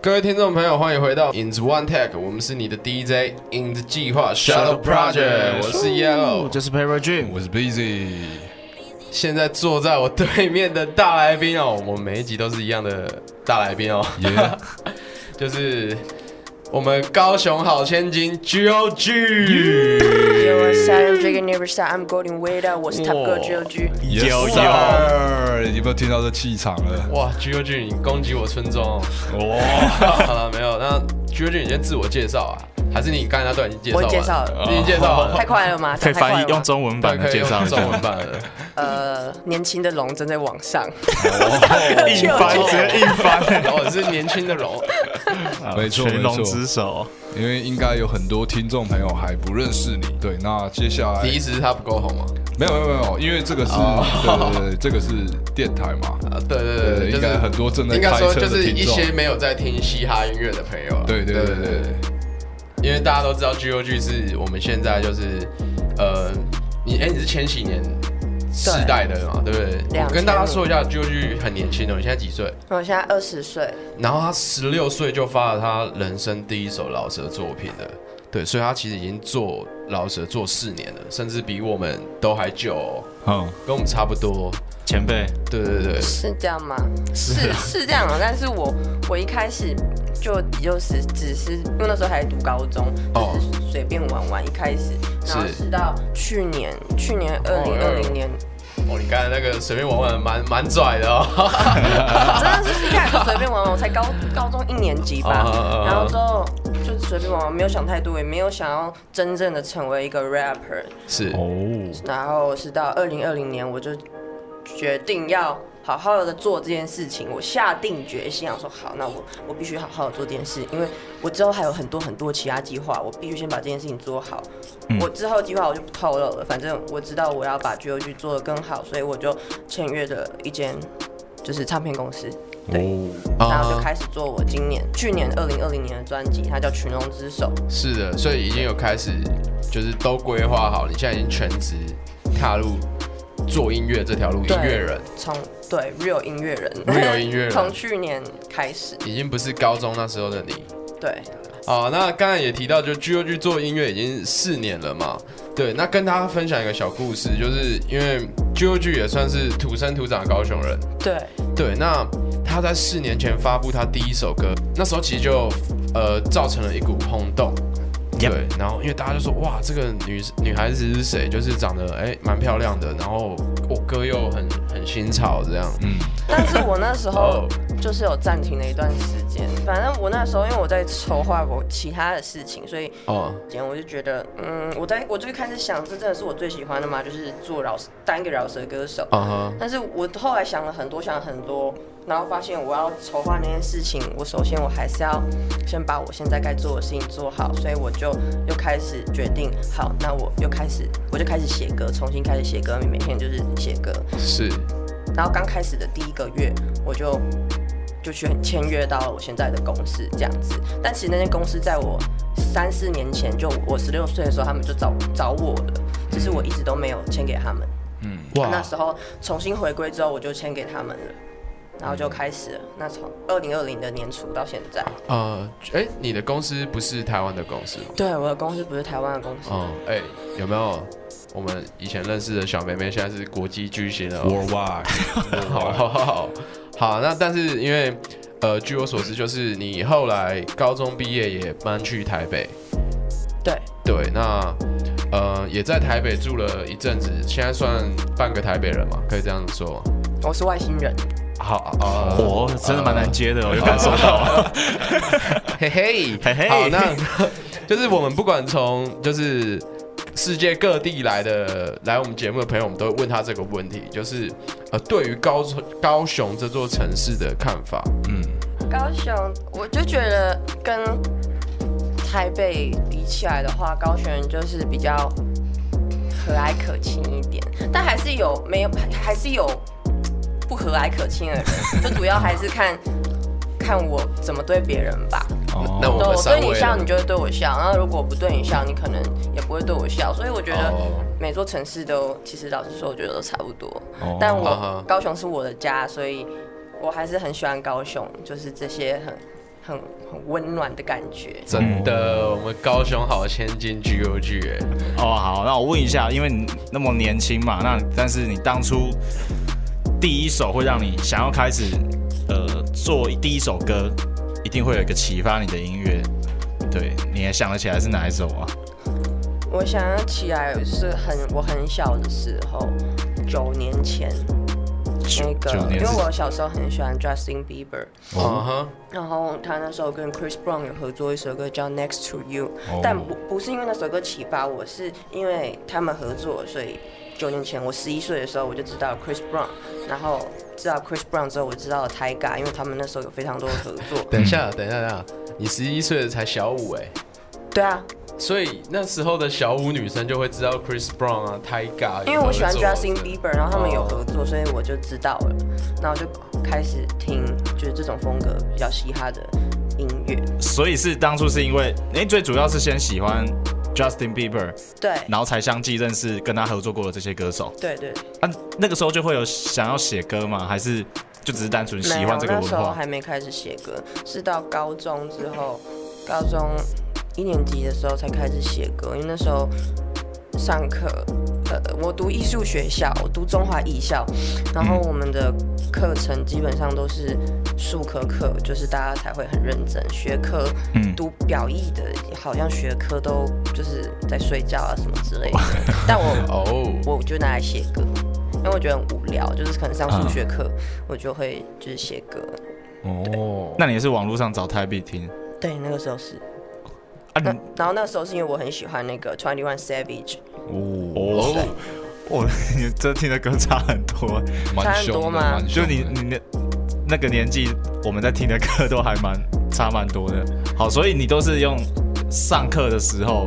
各位听众朋友，欢迎回到 In the One Tech，我们是你的 DJ In the 计划 Shadow Project，我是 Yellow，哦这是 Paper Dream，我是 Busy，现在坐在我对面的大来宾哦，我们每一集都是一样的大来宾哦，耶，就是我们高雄好千金 GOG。 Yo, what's up? I'm Dragon Never Stop. I'm Golden Wada. 我是 Top Girl GOG。有 Yes, 有 sir 有没有听到这气场了？哇，GOG，你攻击我村庄哦！哇，好了，没有，那 GOG 你先自我介绍啊，还是你刚才那段已经介绍我完介绍了，已经介绍完了太，快了吗？可以翻太快了译吗用。中文对版可的以介用绍一下中文版了。呃，年轻的龙正在往上。 硬翻直接硬翻，我是年轻的龙， 没错群龙没错之首，因为应该有很多听众朋友还不认识你，对，那接下来你意思是他不够红吗？没有没有没有，因为这个是哦对对对，这个是电台 嘛，啊，对对对对，就应是该很多正在应该开说车就的是听一众，些没有在听嘻哈音乐的朋友啊。对对对对对，因为大家都知道 G O G 是我们现在就是呃，你哎、你是前几年世代的嘛，对不对？两千我跟大家说一下，G O G 很年轻哦，你现在几岁？我现在二十岁，然后他十六岁就发了他人生第一首饶舌作品了。对，所以他其实已经做饶舌做四年了，甚至比我们都还久哦、嗯，跟我们差不多。前辈，对对对，是这样吗？是是这样啊，但是我我一开始就就是只是因为那时候还读高中，哦就是随便玩玩。一开始，然后是是到去年，去年二零二零年，哦，你刚才那个随便玩玩蛮蛮拽的哦。 真的是一开始随便玩玩，我才高高中一年级吧哦哦哦哦，然后之后就随便玩玩，没有想太多，也没有想要真正的成为一个 rapper。是哦，然后是到二零二零年，我就决定要好好的做这件事情，我下定决心，我说好，那我我必须好好的做这件事，因为我之后还有很多很多其他计划，我必须先把这件事情做好。嗯我之后计划我就不透露了，反正我知道我要把 G O G 做得更好，所以我就签约了一间就是唱片公司。哦，然后就啊开始做我今年、去年二零二零年的专辑，它叫《群龙之首》。是的，所以已经有开始，就是都规划好，你现在已经全职踏入做音乐这条路，音对乐人从对 real 音乐人 Real 音乐人从去年开始，已经不是高中那时候的你。对，哦，那刚才也提到，就 G O G 做音乐已经四年了嘛，对，那跟大家分享一个小故事，就是因为 G O G 也算是土生土长的高雄人，对，对，那他在四年前发布他第一首歌，那时候其实就呃造成了一股轰动。 Yep 对，然后因为大家就说哇，这个女女孩子是谁？就是长得哎蛮漂亮的，然后我歌又很很新潮这样。嗯，但是我那时哦候 就是有暂停了一段时间，反正我那时候因为我在筹划我其他的事情，所以哦，我就觉得，嗯，我在我就开始想，这真的是我最喜欢的吗？就是做饶当一个饶舌歌手。啊哈，但是我后来想了很多，想了很多，然后发现我要筹划那件事情，我首先我还是要先把我现在该做的事情做好，所以我就又开始决定，好，那我又开始，我就开始写歌，重新开始写歌，每天就是写歌。是然后刚开始的第一个月，我就就去签约到了我现在的公司这样子。但其实那间公司在我三四年前，就我十六岁的时候，他们就找找我了，只是我一直都没有签给他们。那哇，时候重新回归之后，我就签给他们了，然后就开始了。那从二零二零的年初到现在，呃，哎，你的公司不是台湾的公司吗？对我的公司不是台湾的公司，哦，哎，有没有我们以前认识的小妹妹，现在是国际巨星了哦？ ，Worldwide，好嗯好好，好，那但是因为呃，据我所知，就是你后来高中毕业也搬去台北，对对，那呃也在台北住了一阵子，现在算半个台北人嘛，可以这样子说吗？我是外星人。好，呃，我真的蛮难接啊的，我有感受到， 嘿嘿，嘿嘿好，那 就是我们不管从就是世界各地来的来我们节目的朋友，我们都会问他这个问题，就是呃对于高雄高雄这座城市的看法，嗯，高雄，我就觉得跟台北比起来的话，高雄人就是比较和蔼可亲一点，但还是有没有，还还是有不和蔼可亲的人，就主要还是看看我怎么对别人吧。哦那我对们我三对位你笑，呢你就会对我笑；然后如果不对你笑，你可能也不会对我笑。所以我觉得哦每座城市都，其实老实说，我觉得都差不多。哦但啊哈我高雄是我的家，所以我还是很喜欢高雄，就是这些很很很温暖的感觉。真的，我们高雄好千金 G O G 哎，哦，好，那我问一下，因为你那么年轻嘛，那但是你当初第一首会让你想要开始呃做第一首歌，一定会有一个启发你的音乐。对，你还想得起来是哪一首啊？我想要起来是很我很小的时候，九年前那九个，因年为我小时候很喜欢 Justin Bieber，嗯哼，。然后他那时候跟 Chris Brown 有合作一首歌叫《Next to You》，哦但不不是因为那首歌启发我，是因为他们合作，所以九年前我十一岁的时候我就知道 Chris Brown，然后知道 Chris Brown 之后，我知道了 Tyga，因为他们那时候有非常多的合作等一下，等一下，等一下，你十一岁才小五哎、对啊，所以那时候的小五女生就会知道 Chris Brown 啊、Tyga，因为我喜欢有合作 Justin Bieber，然后他们有合作，所以我就知道了，然后就开始听就是这种风格比较嘻哈的音乐。所以是当初是因为，哎、最主要是先喜欢 Justin Bieber，对，然后才相继认识跟他合作过的这些歌手。对对，啊，那个时候就会有想要写歌吗？还是就只是单纯喜没有，欢这个那文时候化？还没开始写歌，是到高中之后，高中一年级的时候才开始写歌，因为那时候上课，呃，我读艺术学校，我读中华艺校，然后嗯我们的课程基本上都是数科课，就是大家才会很认真学科，嗯读表艺的好像学科都就是在睡觉啊什么之类的，但我哦，我就拿来写歌，因为我觉得很无聊，就是可能上数学课，我就会就是写歌。哦，那你也是网络上找 t y b 听对，那个时候是。啊你那然后那时候是因为我很喜欢那个 Twenty One Savage，哦，我你这听的歌差很 多，蛮凶差很多的，吗蛮凶就的你你那那个年纪，我们在听的歌都还蛮差蛮多的。好，所以你都是用上课的时候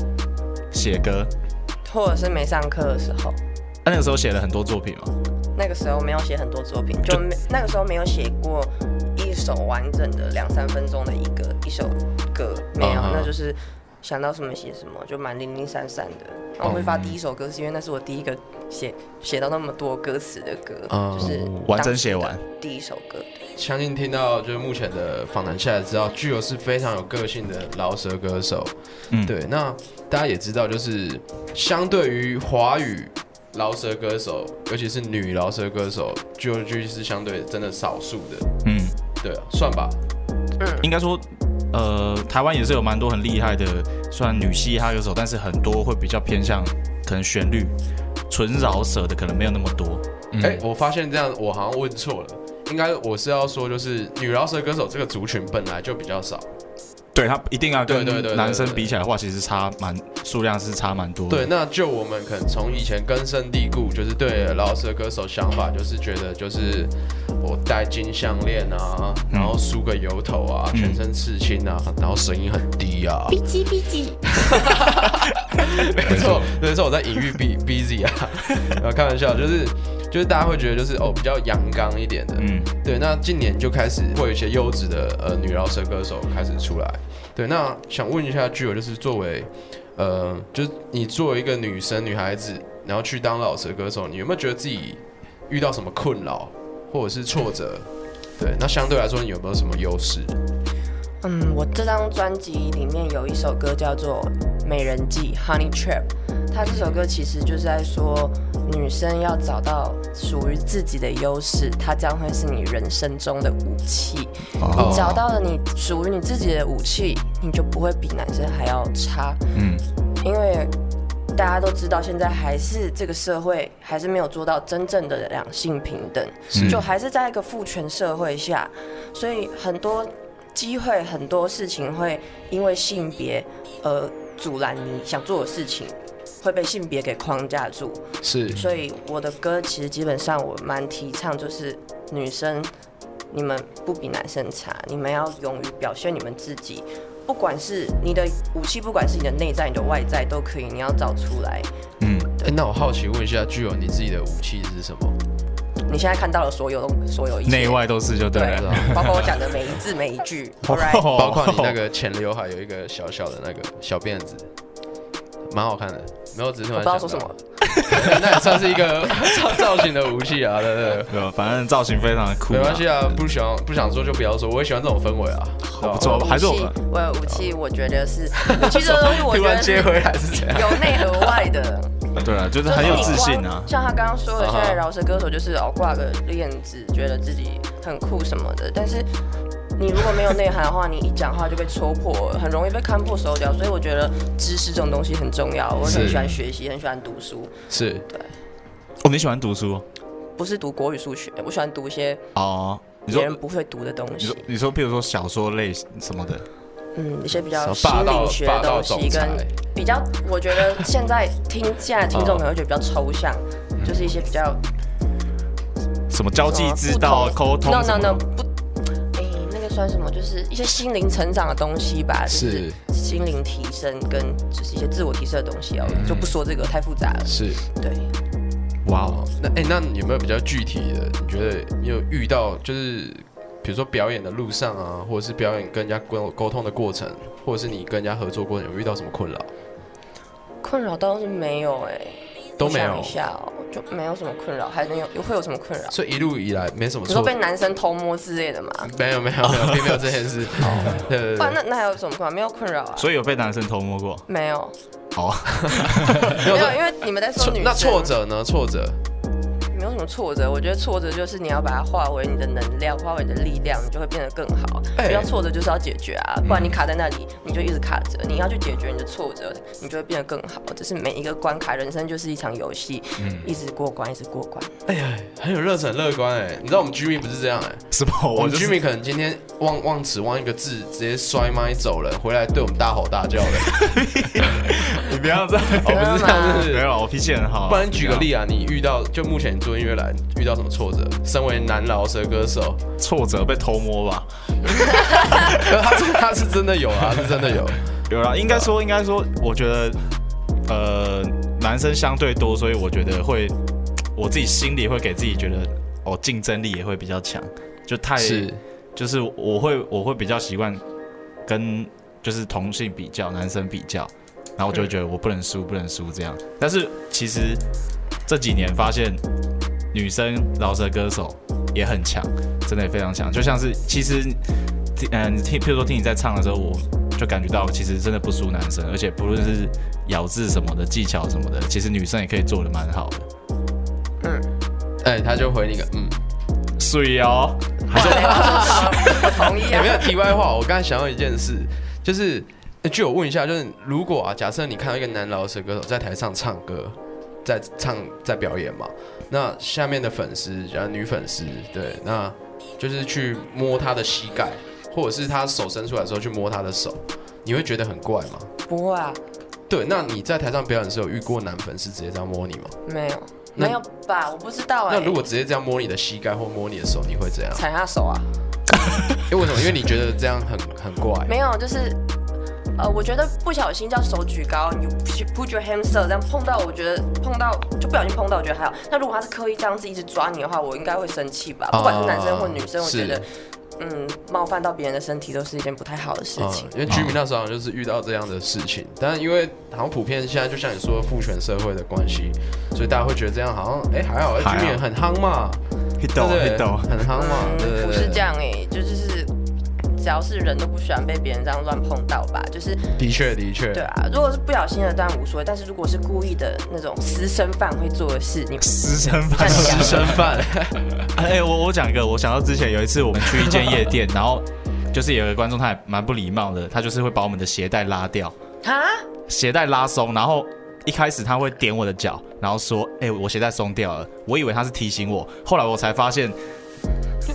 写歌，啊或者是没上课的时候。那、那个时候写了很多作品嘛？那个时候没有写很多作品，就没那个时候没有写过一首完整的两三分钟的一个一首歌，没嗯有哼那就是想到什么写什么，就蛮零零散散的。然后会发第一首歌，是因为那是我第一个写写到那么多歌词的歌，哦就是完整写完当时的第一首歌。相信听到就是目前的访谈下来，知道具有是非常有个性的饶舌歌手。嗯对。那大家也知道，就是相对于华语饶舌歌手，尤其是女饶舌歌手，具有就是相对真的少数的。嗯，对啊，算吧。应该说，呃，台湾也是有蛮多很厉害的，虽然女嘻哈歌手，但是很多会比较偏向可能旋律纯饶舌的，可能没有那么多。嗯哎、我发现这样，我好像问错了。应该我是要说，就是女饶舌歌手这个族群本来就比较少。对他一定要啊对跟对对对男生比起来的话，其实差蛮数量是差蛮多的。对，那就我们可能从以前根深蒂固，就是对饶舌歌手想法，就是觉得就是我戴金项链啊，然后梳个油头啊，嗯全身刺青啊，然后声音很低啊。哔叽哔叽， 没错，没错，我在隐喻 B B Z 啊， 然后开玩笑，就是就是大家会觉得就是哦比较阳刚一点的，嗯，对，那近年就开始会有一些优质的呃女饶舌歌手开始出来。对，那想问一下具有，就是作为呃，就是你作为一个女生女孩子，然后去当饶舌歌手，你有没有觉得自己遇到什么困扰或者是挫折？对，那相对来说，你有没有什么优势？嗯，我这张专辑里面有一首歌叫做《美人计》（Honey Trap），它这首歌其实就是在说女生要找到属于自己的优势，它将会是你人生中的武器。你找到了你属于你自己的武器，你就不会比男生还要差。嗯，因为大家都知道，现在还是这个社会还是没有做到真正的两性平等，就还是在一个父权社会下，所以很多机会、很多事情会因为性别而阻拦你想做的事情，会被性别给框架住。是所以我的歌其实基本上我蛮提倡，就是女生你们不比男生差，你们要勇于表现你们自己，不管是你的武器，不管是你的内在、你的外在都可以，你要找出来。哎、那我好奇问一下，具有你自己的武器是什么？你现在看到了所有的所有一切内外都是就对对 了。，包括我讲的每一字每一 句哦，all right， 包括你那个前刘海有一个小小的那个小辫子，蛮好看的。没有，只是突我不然知想道说什到哎么， 那也算是一个造造型的武器啊，对对对。 对吧？反正造型非常的酷、啊，没关系啊，不想不想说就不要说，我也喜欢这种氛围啊，不对吧错还是我哦哦武器，我有武器，我觉得 是武器这个东西，我突觉得然是接回来是这样。由内而 外的，对啊， 就是就是很有你自信啊光。像他刚刚说的，啊现哈在饶舌歌手就是哦挂个链子，觉得自己很酷什么的，但是。你如果没有内涵的话，你一讲话就被戳破，很容易被看破手脚。所以我觉得知识这种东西很重要。我是很喜欢学习，很喜欢读书，是哦，你喜欢读书不是读国语、数学，我喜欢读一些哦？你别说人不会读的东你说西。你说，譬如说小说类什么的，嗯，一些比什较么心霸道理学霸的道东总西，跟裁比较，我觉得现在听现在听众可能会觉得比较抽象，嗯就是一些比较什么交际之呃道、不沟通同 No 什 No 么的 No，不，哎、那个算什么？就是一些心灵成长的东西吧，就是心灵提升跟就是一些自我提升的东西哦，就不说这个太复杂了。嗯是。对，哇哦，那哎、那你有没有比较具体的？你觉得你有遇到就是，比如说表演的路上啊，或者是表演跟人家沟沟通的过程，或者是你跟人家合作过程，有遇到什么困扰？困扰倒是没有哎、都我没想有一，下哦，就没有什么困扰，还能有会有什么困扰？所以一路以来没什么你说错。被男生偷摸之类的嘛？没有没有没有，并没有这件事。 对对不然对，那那还有什么困扰？没有困扰啊。所以有被男生偷摸过？没有，好，没有没有，说因为你们在说挫女生，那挫折呢？挫折没有什么挫折。我觉得挫折就是你要把它化为你的能量，化为你的力量，你就会变得更好。哎遇到挫折就是要解决啊，不然你卡在那里，你就一直卡着。你要去解决你的挫折，你就会变得更好。这是每一个关卡，人生就是一场游戏，嗯一直过关，一直过关。哎很有热忱、很乐观哎、你知道我们 Jimmy 不是这样哎、什么？我我们就是 Jimmy 可能今天忘忘词忘一个字，直接摔麦走人，回来对我们大吼大叫的。你不要这 样，哦，不是这样，真是没有，我脾气很好。不然你举个，例啊，你遇到就目前你做音乐来遇到什么挫折？身为男饶舌歌手， 挫折被偷摸吧？可他是他是真的有啊，他是真的有。有啦，应该说，应该说，我觉得，呃，男生相对多，所以我觉得会，我自己心里会给自己觉得，哦，竞争力也会比较强，就太是就是我会我会比较习惯跟就是同性比较，男生比较，然后我就会觉得我不能输，不能输这样。但是其实这几年发现，女生饶舌歌手也很强，真的也非常强。就像是其实，嗯、你听，譬如说听你在唱的时候，我就感觉到其实真的不输男生，而且不论是咬字什么的技巧什么的，其实女生也可以做的蛮好的。哎、他就回你个嗯。水哦，我同意有 啊哎没。有题外话？我刚才想到一件事，就是呃据我问一下，就是如果啊，假设你看到一个男饶舌歌手在台上唱歌，在唱在表演嘛，那下面的粉丝，然后女粉丝，对，那就是去摸他的膝盖，或者是他手伸出来的时候去摸他的手，你会觉得很怪吗？不会啊，对，那你在台上表演的时候有遇过男粉丝直接这样摸你吗？没有，那没有吧？我不知道哎、那如果直接这样摸你的膝盖或摸你的手，你会怎样？踩他手啊？因为为什么？因为你觉得这样很很怪。没有，就是。呃，我觉得不小心将手举高，你就 put your hands up，这样碰到，我觉得碰到就不小心碰到，我觉得还好。那如果他是刻意这样子一直抓你的话，我应该会生气吧？啊不管是男生或女生，我觉是得，嗯，冒犯到别人的身体都是一件不太好的事情。嗯、因为居民那时候好像就是遇到这样的事情，但因为好像普遍现在就像你说的父权社会的关系，所以大家会觉得这样好像哎、还好，还好居民很夯嘛，黑对豆不黑对？ 豆，很夯嘛，嗯对对对。嗯不是这，样哎、就就是只要是人都不喜欢被别人这样乱碰到吧，就是的确的确，对啊。如果是不小心的，当然无所谓，但是如果是故意的那种私生饭会做的事，你私生饭像你私讲生饭哎、我我讲一个，我想到之前有一次我们去一间夜店， 然后就是有一个观众他也蛮不礼貌的，他就是会把我们的鞋带拉掉，哈，鞋带拉松，然后一开始他会点我的脚，然后说：“哎、我鞋带松掉了。”我以为他是提醒我，后来我才发现。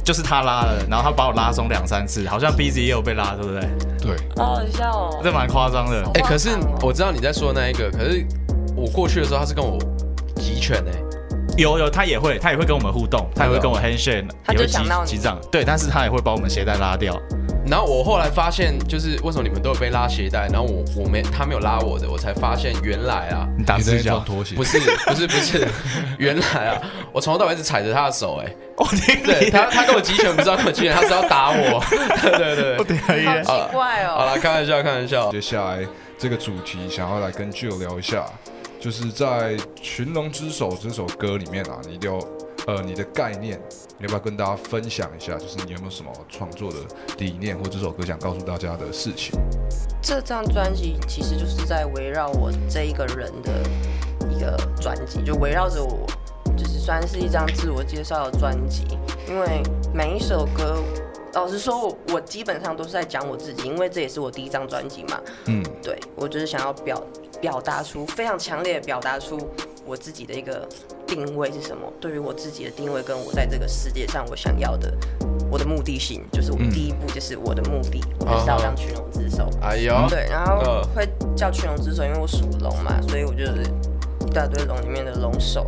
就是他拉了，然后他把我拉松两三次，好像 BZ 也有被拉，对不对？对，好好笑哦。这蛮夸张的。哎、哇可是好棒哦我知道你在说的那一个，可是我过去的时候他是跟我集拳哎、有有，他也会，他也会跟我们互动，他也会跟我 handshake，哦他也就会击想闹你击掌，对，但是他也会把我们鞋带拉掉。然后我后来发现，就是为什么你们都有被拉鞋带，然后我我没他没有拉我的，我才发现原来啊，你打你赤在脚穿，拖鞋不，是不是不是，原来啊，我从头到尾一直踩着他的手、哎， 我听对你他，他跟我集拳不是要跟我集拳，他是要打我。 对对对，好 奇怪好哦。了，开玩笑，开玩笑。接下来这个主题想要来跟 Jill 聊一下，就是在《群龙之首》这首歌里面啊，你一定要呃你的概念，你要不要跟大家分享一下？就是你有没有什么创作的理念，或这首歌想告诉大家的事情？这张专辑其实就是在围绕我这一个人的一个专辑，就围绕着我，就是算是一张自我介绍的专辑。因为每一首歌，老实说我，我基本上都是在讲我自己，因为这也是我第一张专辑嘛。嗯，对我就是想要表表达出非常强烈的表达出我自己的一个定位是什么，对于我自己的定位跟我在这个世界上我想要的我的目的性，就是我嗯第一步就是我的目的，我就是要当群龙之首。哎呦，对，然后会叫群龙之首，因为我属龙嘛，所以我就是一大堆龙里面的龙首，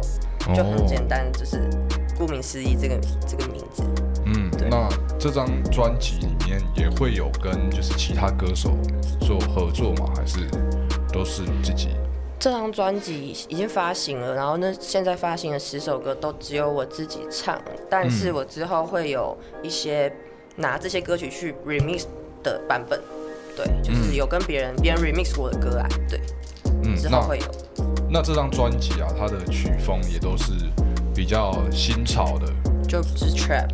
就很简单，就是顾名思义这个这个名字。嗯对，那这张专辑里面也会有跟就是其他歌手做合作吗？还是都是你自己？这张专辑已经发行了，然后那现在发行的十首歌都只有我自己唱，但是我之后会有一些拿这些歌曲去 remix 的版本，对，就是有跟别人别人 remix 我的歌啊，对，嗯之后那会有。那这张专辑啊，它的曲风也都是比较新潮的就只 trap，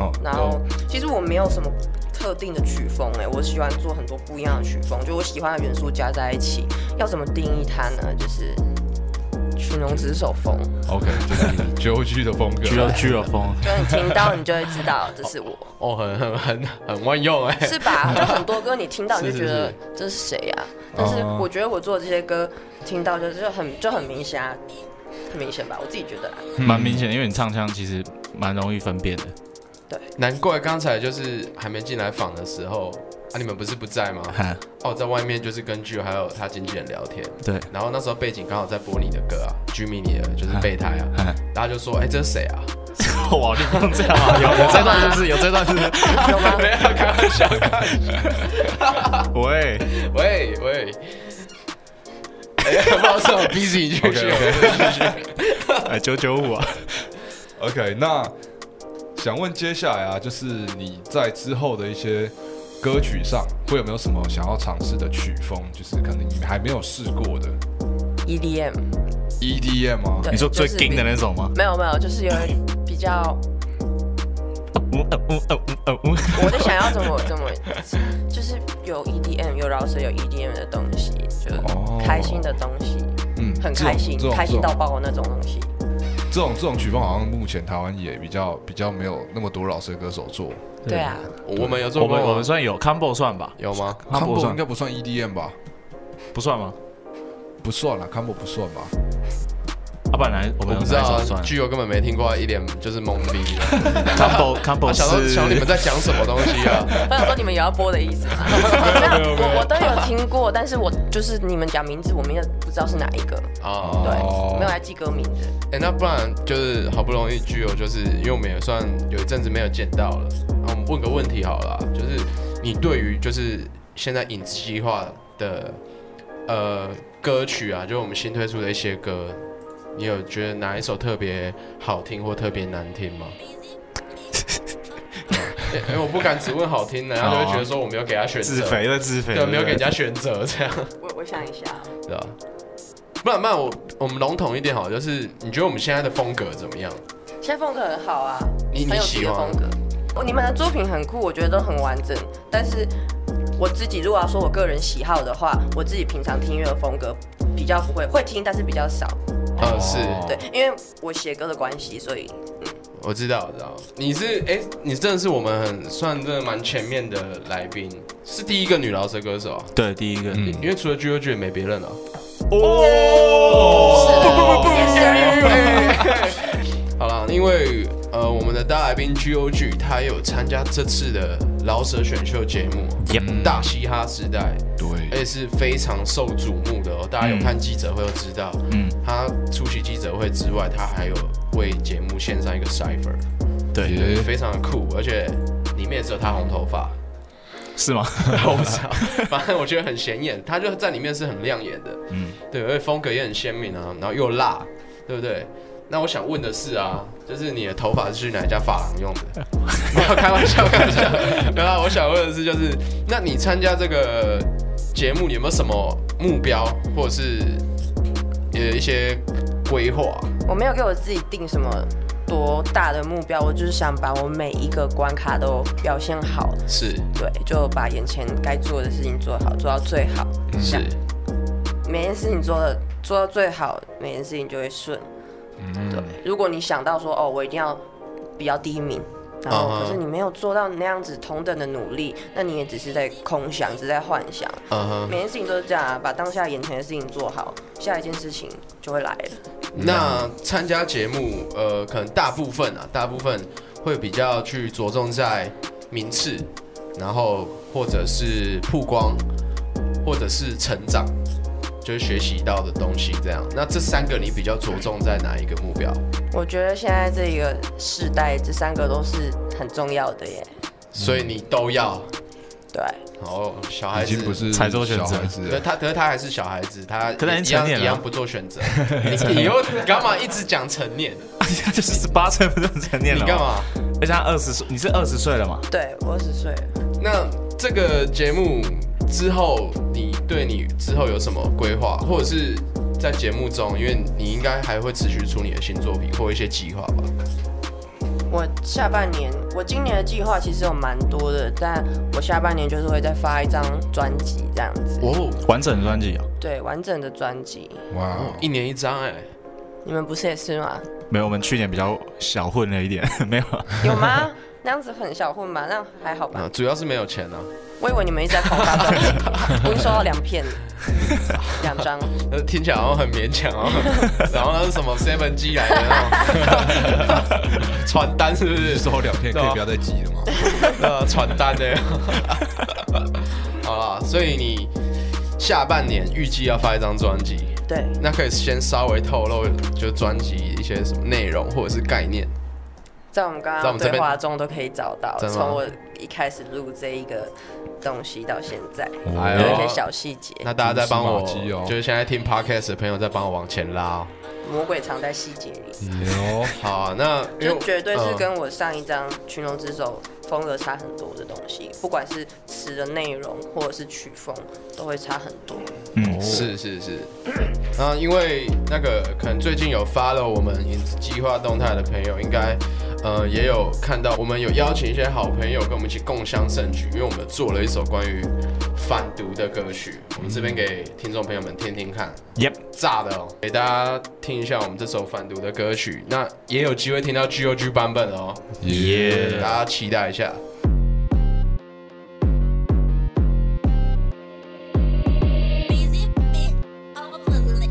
哦。然后其实我没有什么特定的曲风哎、我喜欢做很多不一样的曲风，就我喜欢的元素加在一起。要怎么定义它呢？就是群龙之首风，哦 OK，就是你 JoJo 的风格。居有居有风，就是你听到你就会知道这是我，哦，很很很很万用哎、 是吧？就很多歌你听到你就是觉是得是这是谁呀、但是哦我觉得我做的这些歌，听到就是就很就很明显啊，很明显吧？我自己觉得啊，蛮明显的，因为你唱腔其实蛮容易分辨的。难怪刚才就是还没进来访的时候，啊，你们不是不在吗？哈，哦，在外面就是跟 Ju 还有他经纪人聊天，对，然后那时候背景刚好在播你的歌啊，Jimmy 你的就是备胎啊，哎，大家就说，哎、这是谁啊？ 哇，你不能这样 啊！有有这段就是有这段就是，有吗？没有开玩笑，开玩笑。喂，喂喂，哎、不好意思，我 busy 你继续 OK，OK 我继续哎，九九五啊， OK，那想问接下来啊，就是你在之后的一些歌曲上，会有没有什么想要尝试的曲风？就是可能你还没有试过的 E EDM， EDM 吗？对，你说最就是硬的那种吗？没有没有，就是有人比较。呜呃呜呃呜呃呜，我在想要怎么怎么，就是有 EDM 有饶舌有 EDM 的东西，就是哦开心的东西，嗯很开心这种，开心这到种爆的那种东西。这种这种曲风，好像目前台湾也比较比较没有那么多老师歌手做。对啊，我们有做我过们吗我们算有 combo 算吧，有吗？康 combo 博算应该不算 EDM 吧？不算吗？不算啦，康博不算吧？啊，本来我我们不知道哪一啊首算，巨友根本没听过，一脸就是懵逼的。啊 combo combo 我想说，是想说 你们在讲什么东西啊？我想说你们也要播的意思 吗？没有，我我都有听过，但是我就是你们讲名字，我们也不知道是哪一个，啊，对哦，没有来记歌名的。哎、那不然就是好不容易具有，就是因为我们也算有一阵子没有见到了，那我们问个问题好了啊，就是你对于就是现在影子计划的呃歌曲啊，就是我们新推出的一些歌，你有觉得哪一首特别好听或特别难听 吗？因为、因为我不敢只问好听的，然后就会觉得说我没有给他选自择，肥的自肥，对，没有给人家选择这样。我我想一下，对啊，不然不然我我们笼统一点好了，就是你觉得我们现在的风格怎么样？现在风格很好啊，你很你有自己喜的欢风？格。哦，你们的作品很酷，我觉得都很完整。但是我自己如果要说我个人喜好的话，我自己平常听音乐的风格比较不会，会听但是比较少。呃，是对，因为我写歌的关系，所以我知道，我知道。你是哎、你真的是我们很算真的蛮前面的来宾，是第一个女饶舌歌手啊。对第一个，嗯因为除了 G O G 也没别人了、哦，好啦，因为呃，我们的大来宾 G O G 他有参加这次的饶舌选秀节目《 Yep 大嘻哈时代》，而对，且是非常受瞩目的哦。大家有看记者会都知道，嗯，他出席记者会之外，他还有为节目献上一个 cipher，对，对，非常的酷，而且里面也只有他红头发，是吗？我不知道， 反正我觉得很显眼，他就在里面是很亮眼的，嗯，对，而且风格也很鲜明啊，然后又辣，对不对？那我想问的是啊，就是你的头发是去哪一家发廊用的？没有开玩笑，开玩笑。没有啊，我想问的是，就是那你参加这个节目，你有没有什么目标，或者是呃一些规划？我没有给我自己定什么多大的目标，我就是想把我每一个关卡都表现好，是对，就把眼前该做的事情做好，做到最好，是，每件事情做的做到最好，每件事情就会顺。嗯对，如果你想到说哦，我一定要比较第一名。然后，嗯哼可是你没有做到那样子同等的努力，那你也只是在空想，只是在幻想。嗯哼。每件事情都是这样啊，把当下眼前的事情做好，下一件事情就会来了。嗯那参加节目，呃，可能大部分啊，大部分会比较去着重在名次，然后或者是曝光，或者是成长，就是学习到的东西这样。那这三个你比较着重在哪一个目标？我觉得现在这一个世代，这三个都是很重要的耶。所以你都要。对，哦，小孩已子经不哎是才做选择小孩子可了，他，可是他还是小孩子，他可他已一经样成年了一样不做选 择。你以后你干嘛一直讲成年？他 就是十八岁不是成年你了，干？嘛？而且他二十岁，你是二十岁了嘛？对我二十岁了，那这个节目之后，你对你之后有什么规划，或者是在节目中，因为你应该还会持续出你的新作品或一些计划吧？我下半年，我今年的计划其实有蛮多的，但我下半年就是会再发一张专辑这样子，哦，完整的专辑啊？对，完整的专辑。哇哦，一年一张哎、你们不是也是吗？没有，我们去年比较小混了一点， 没有啊。有吗？那样子很小混吗？那样还好吧 那？主要是没有钱啊。我以为你们一直在狂发专辑，我已经收到两片了，两张。那听起来好像很勉强 哦，然后那是什么 Seven G 来的那种传单是不是？收两片可以不要再挤了吗？ 呃，传单呢？ 好啦，所以你下半年预计要发一张专辑，对，那可以先稍微透露，就专辑一些什么内容或者是概念。在我们刚在我刚们这对边话中都可以找到，真的吗从我一开始录这一个东西到现在，哎有呦一些小细节。那大家再帮我，蛛丝马迹哦就是现在听 podcast 的朋友再帮我往前拉、哦。魔鬼藏在细节里，牛，好啊、那因为就绝对是嗯跟我上一张《群龙之手》风格差很多的东西，不管是词的内容或者是曲风，都会差很多。嗯，是是是，那因为那个可能最近有发了我们影子计划动态的朋友，应该呃也有看到我们有邀请一些好朋友跟我们一起共襄盛举，因为我们做了一首关于反毒的歌曲，我们这边给听众朋友们听听看， Yep，炸的哦，给大家听一下我们这首反毒的歌曲，那也有机会听到 G O G 版本哦，耶大家期待一下。 busy bit of a puzzle.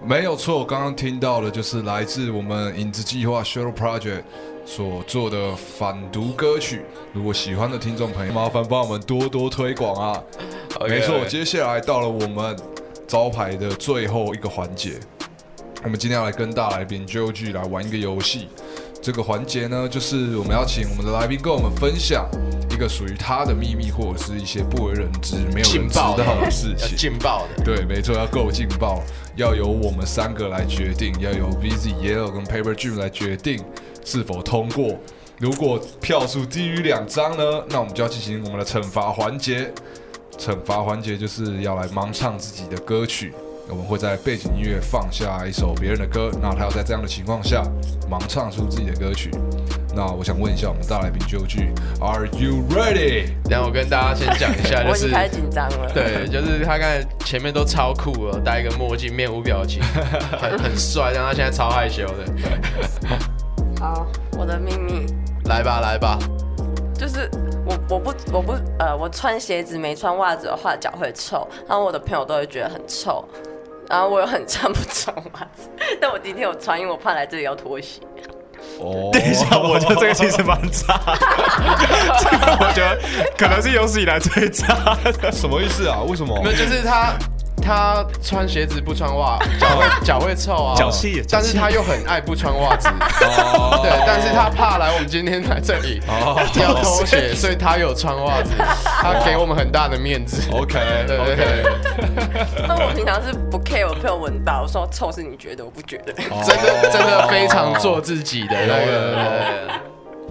没有错，我刚刚听到的就是来自我们影子计划 Shadow Project 所做的反毒歌曲。如果喜欢的听众朋友，麻烦帮我们多多推广啊！没错，接下来到了我们招牌的最后一个环节，我们今天要来跟大来宾 JOG 来玩一个游戏。这个环节呢，就是我们要请我们的来宾跟我们分享一个属于他的秘密，或者是一些不为人知、没有人劲知爆道的的事要情。劲爆的。对，没错，要够劲爆，要由我们三个来决定，要由 Busy Yellow 跟 Paper Jim 来决定是否通过。如果票数低于两张呢，那我们就要进行我们的惩罚环节。惩罚环节就是要来盲唱自己的歌曲，我们会在背景音乐放下一首别人的歌，那他要在这样的情况下盲唱出自己的歌曲。那我想问一下我们大来宾究竟 Are you ready？然后我跟大家先讲一下，就 我已是经开始紧张了。，对，就是他刚才前面都超酷了，戴一个墨镜，面无表情，很很帅，但他现在超害羞的。好，我的秘密来吧，来吧，就是我我不我不呃，我穿鞋子没穿袜子的话脚会臭，然后我的朋友都会觉得很臭，然后我又很穿不穿袜子，但我今天有穿，因为我怕来这里要 脱鞋。哦，等一下，我觉得这个其实蛮渣 的，这个我觉得可能是有史以来最渣的。什么意思啊？为什么？ 没有，就是他他穿鞋子不穿袜，脚会脚会臭啊，脚气但是他又很爱不穿袜 子，哦对，但是他怕来我们今天来这里哦要偷鞋，所以他有穿袜 子，他给我们很大的面子。哦 OK 对对 OK，对，但我平常是不 care 我朋友闻到，我说臭是你觉得，我不觉得。真哦的真的非常做自己的那个。对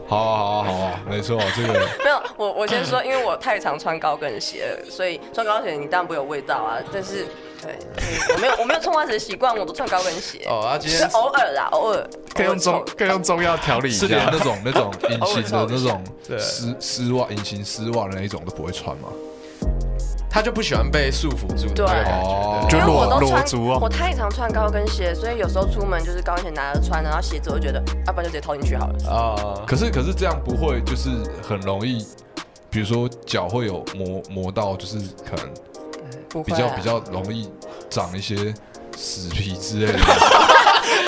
好啊好啊好啊，没错，这个 没有，我我先说，因为我太常穿高跟鞋了，所以穿高跟鞋你当然不会有味道啊。但是，对，对我没有我没有穿袜子的习惯，我都穿高跟鞋。哦，啊，今是天偶尔啦，偶尔。可以用中偶尔臭可以用中药调理一是连下那。种那 种隐形的那种对丝丝袜、隐形丝袜的那一种都不会穿吗？他就不喜欢被束缚住的对那个感哦觉。就对因为裸我都裸穿足哦我太常穿高跟鞋，所以有时候出门就是高跟鞋拿着穿，然后鞋子我就觉得，要不然就直接套进去好了。哦啊，可是可是这样不会就是很容易，比如说脚会有磨磨到，就是可能不会比啊较比较容易长一些死皮之 类的。我跟你讲，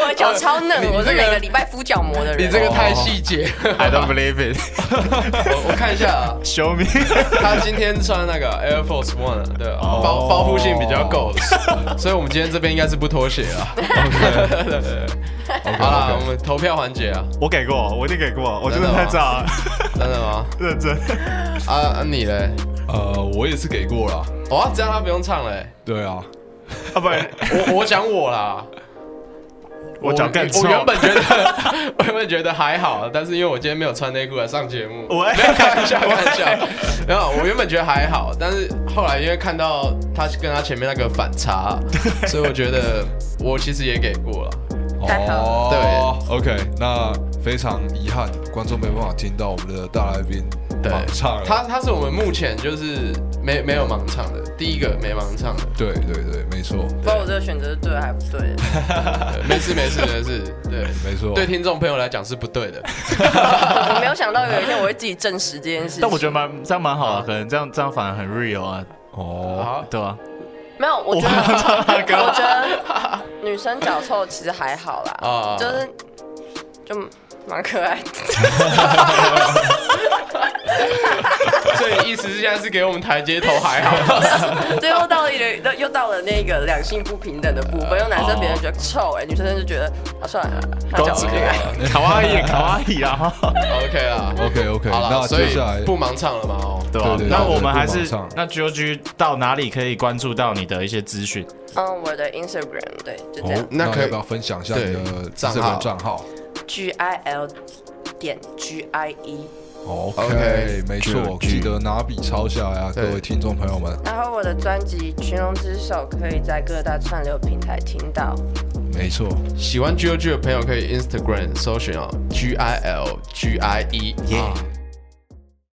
我的脚超嫩你，你我是这个每个礼拜敷脚膜的人。啊你这个太细节， I don't believe it， 我我看一下啊， show me。 他今天穿那个 Air Force One，啊哦对啊，包包覆性比较够，所以我们今天这边应该是不脱鞋 啊。 OK 好啦，我 OK，们投票环节啊，我给过，我一定给过，我真的真的吗太渣了，真的吗？认真。哦啊啊，你嘞？呃，我也是给过了。哇，这样他不用唱嘞。对啊，啊，不然我我讲我啦， 我讲更臭我。原本觉得， 我原本觉得还好，但是因为我今天没有穿内裤来上节目， 喂没有 开玩笑，开玩笑。没有，我原本觉得还好，但是后来因为看到他跟他前面那个反 差，所以我觉得我其实也给过了。太好哦，对，OK，那非常遗憾，观众没办法听到我们的大来宾对盲唱了。他他是我们目前就是没没有盲唱的，第一个没盲唱的。对对对，没错不知道我这个选择是对还是不对的。 对没事没事没事，对，没错。对听众朋友来讲是不对的。我没有想到有一天我会自己证实这件事情。但我觉得蛮这样蛮好的，可能这样这样反而很 real 啊，哦，好，对吧？没有，我觉得我觉得 女生脚臭其实还好啊啦，就是就蛮可爱的。所以意思是现在是给我们台阶头还 好。 最后到了又到了那个两性不平等的部啊分，用男生别人觉得臭哎，女生就觉得啊算了，他脚很可爱。 卡哇伊，卡哇伊啊， OK 啦 OK OK，好那了，所接以下来不盲唱了嘛？哦，对吧对对？啊那对我们还不是往上那 GOG 到哪里可以关注到你的一些资讯？嗯，我的 Instagram 对，就这哦样，那那可以要不要分享一下你的对账这个号账号，G I L 点 G I E。 ？OK， OK，没错，记得拿笔抄下来啊，各对位听众朋友们。然后我的专辑《群龙之手》可以在各大串流平台听到。没错，哦喜欢 GOG 的朋友可以 Instagram 搜寻啊，G I L G I E，耶啊